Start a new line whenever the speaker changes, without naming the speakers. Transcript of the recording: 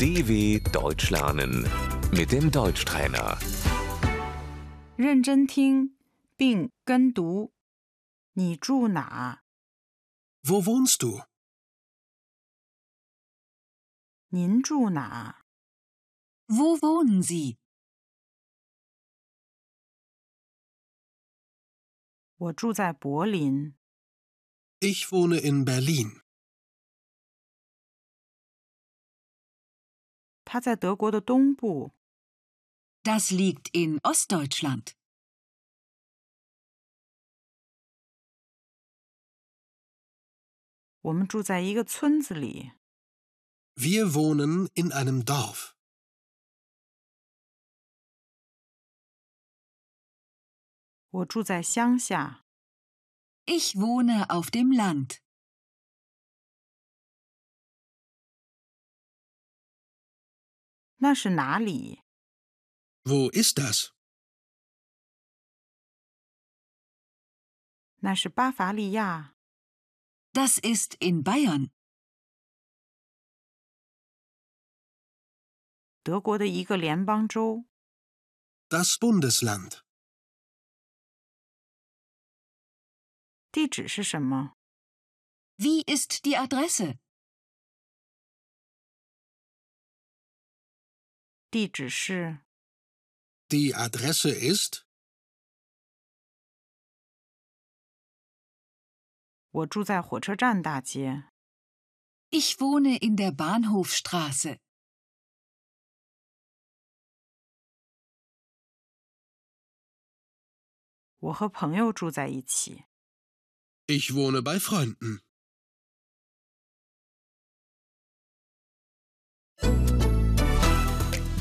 DW Deutsch lernen mit dem Deutschtrainer.
认真听并跟读。你住哪？
Wo wohnst du?
您住哪？
Wo wohnen Sie?
我住在柏林。
Ich wohne in Berlin.
他在德国的东部。
Das liegt in Ostdeutschland.
我们住在一个村子里。
Wir wohnen in einem Dorf.
我住在乡下。
Ich wohne auf dem Land.
那是哪里？
Wo ist das?
那是巴伐利亚。
Das ist in Bayern.
德国的一个联邦州。
Das Bundesland.
地址是什么？
Wie ist die Adresse?
地址是
Die Adresse ist
我住在火车站大街。
Ich wohne in der Bahnhofstraße.
我和朋友住在一起。
Ich wohne bei Freunden.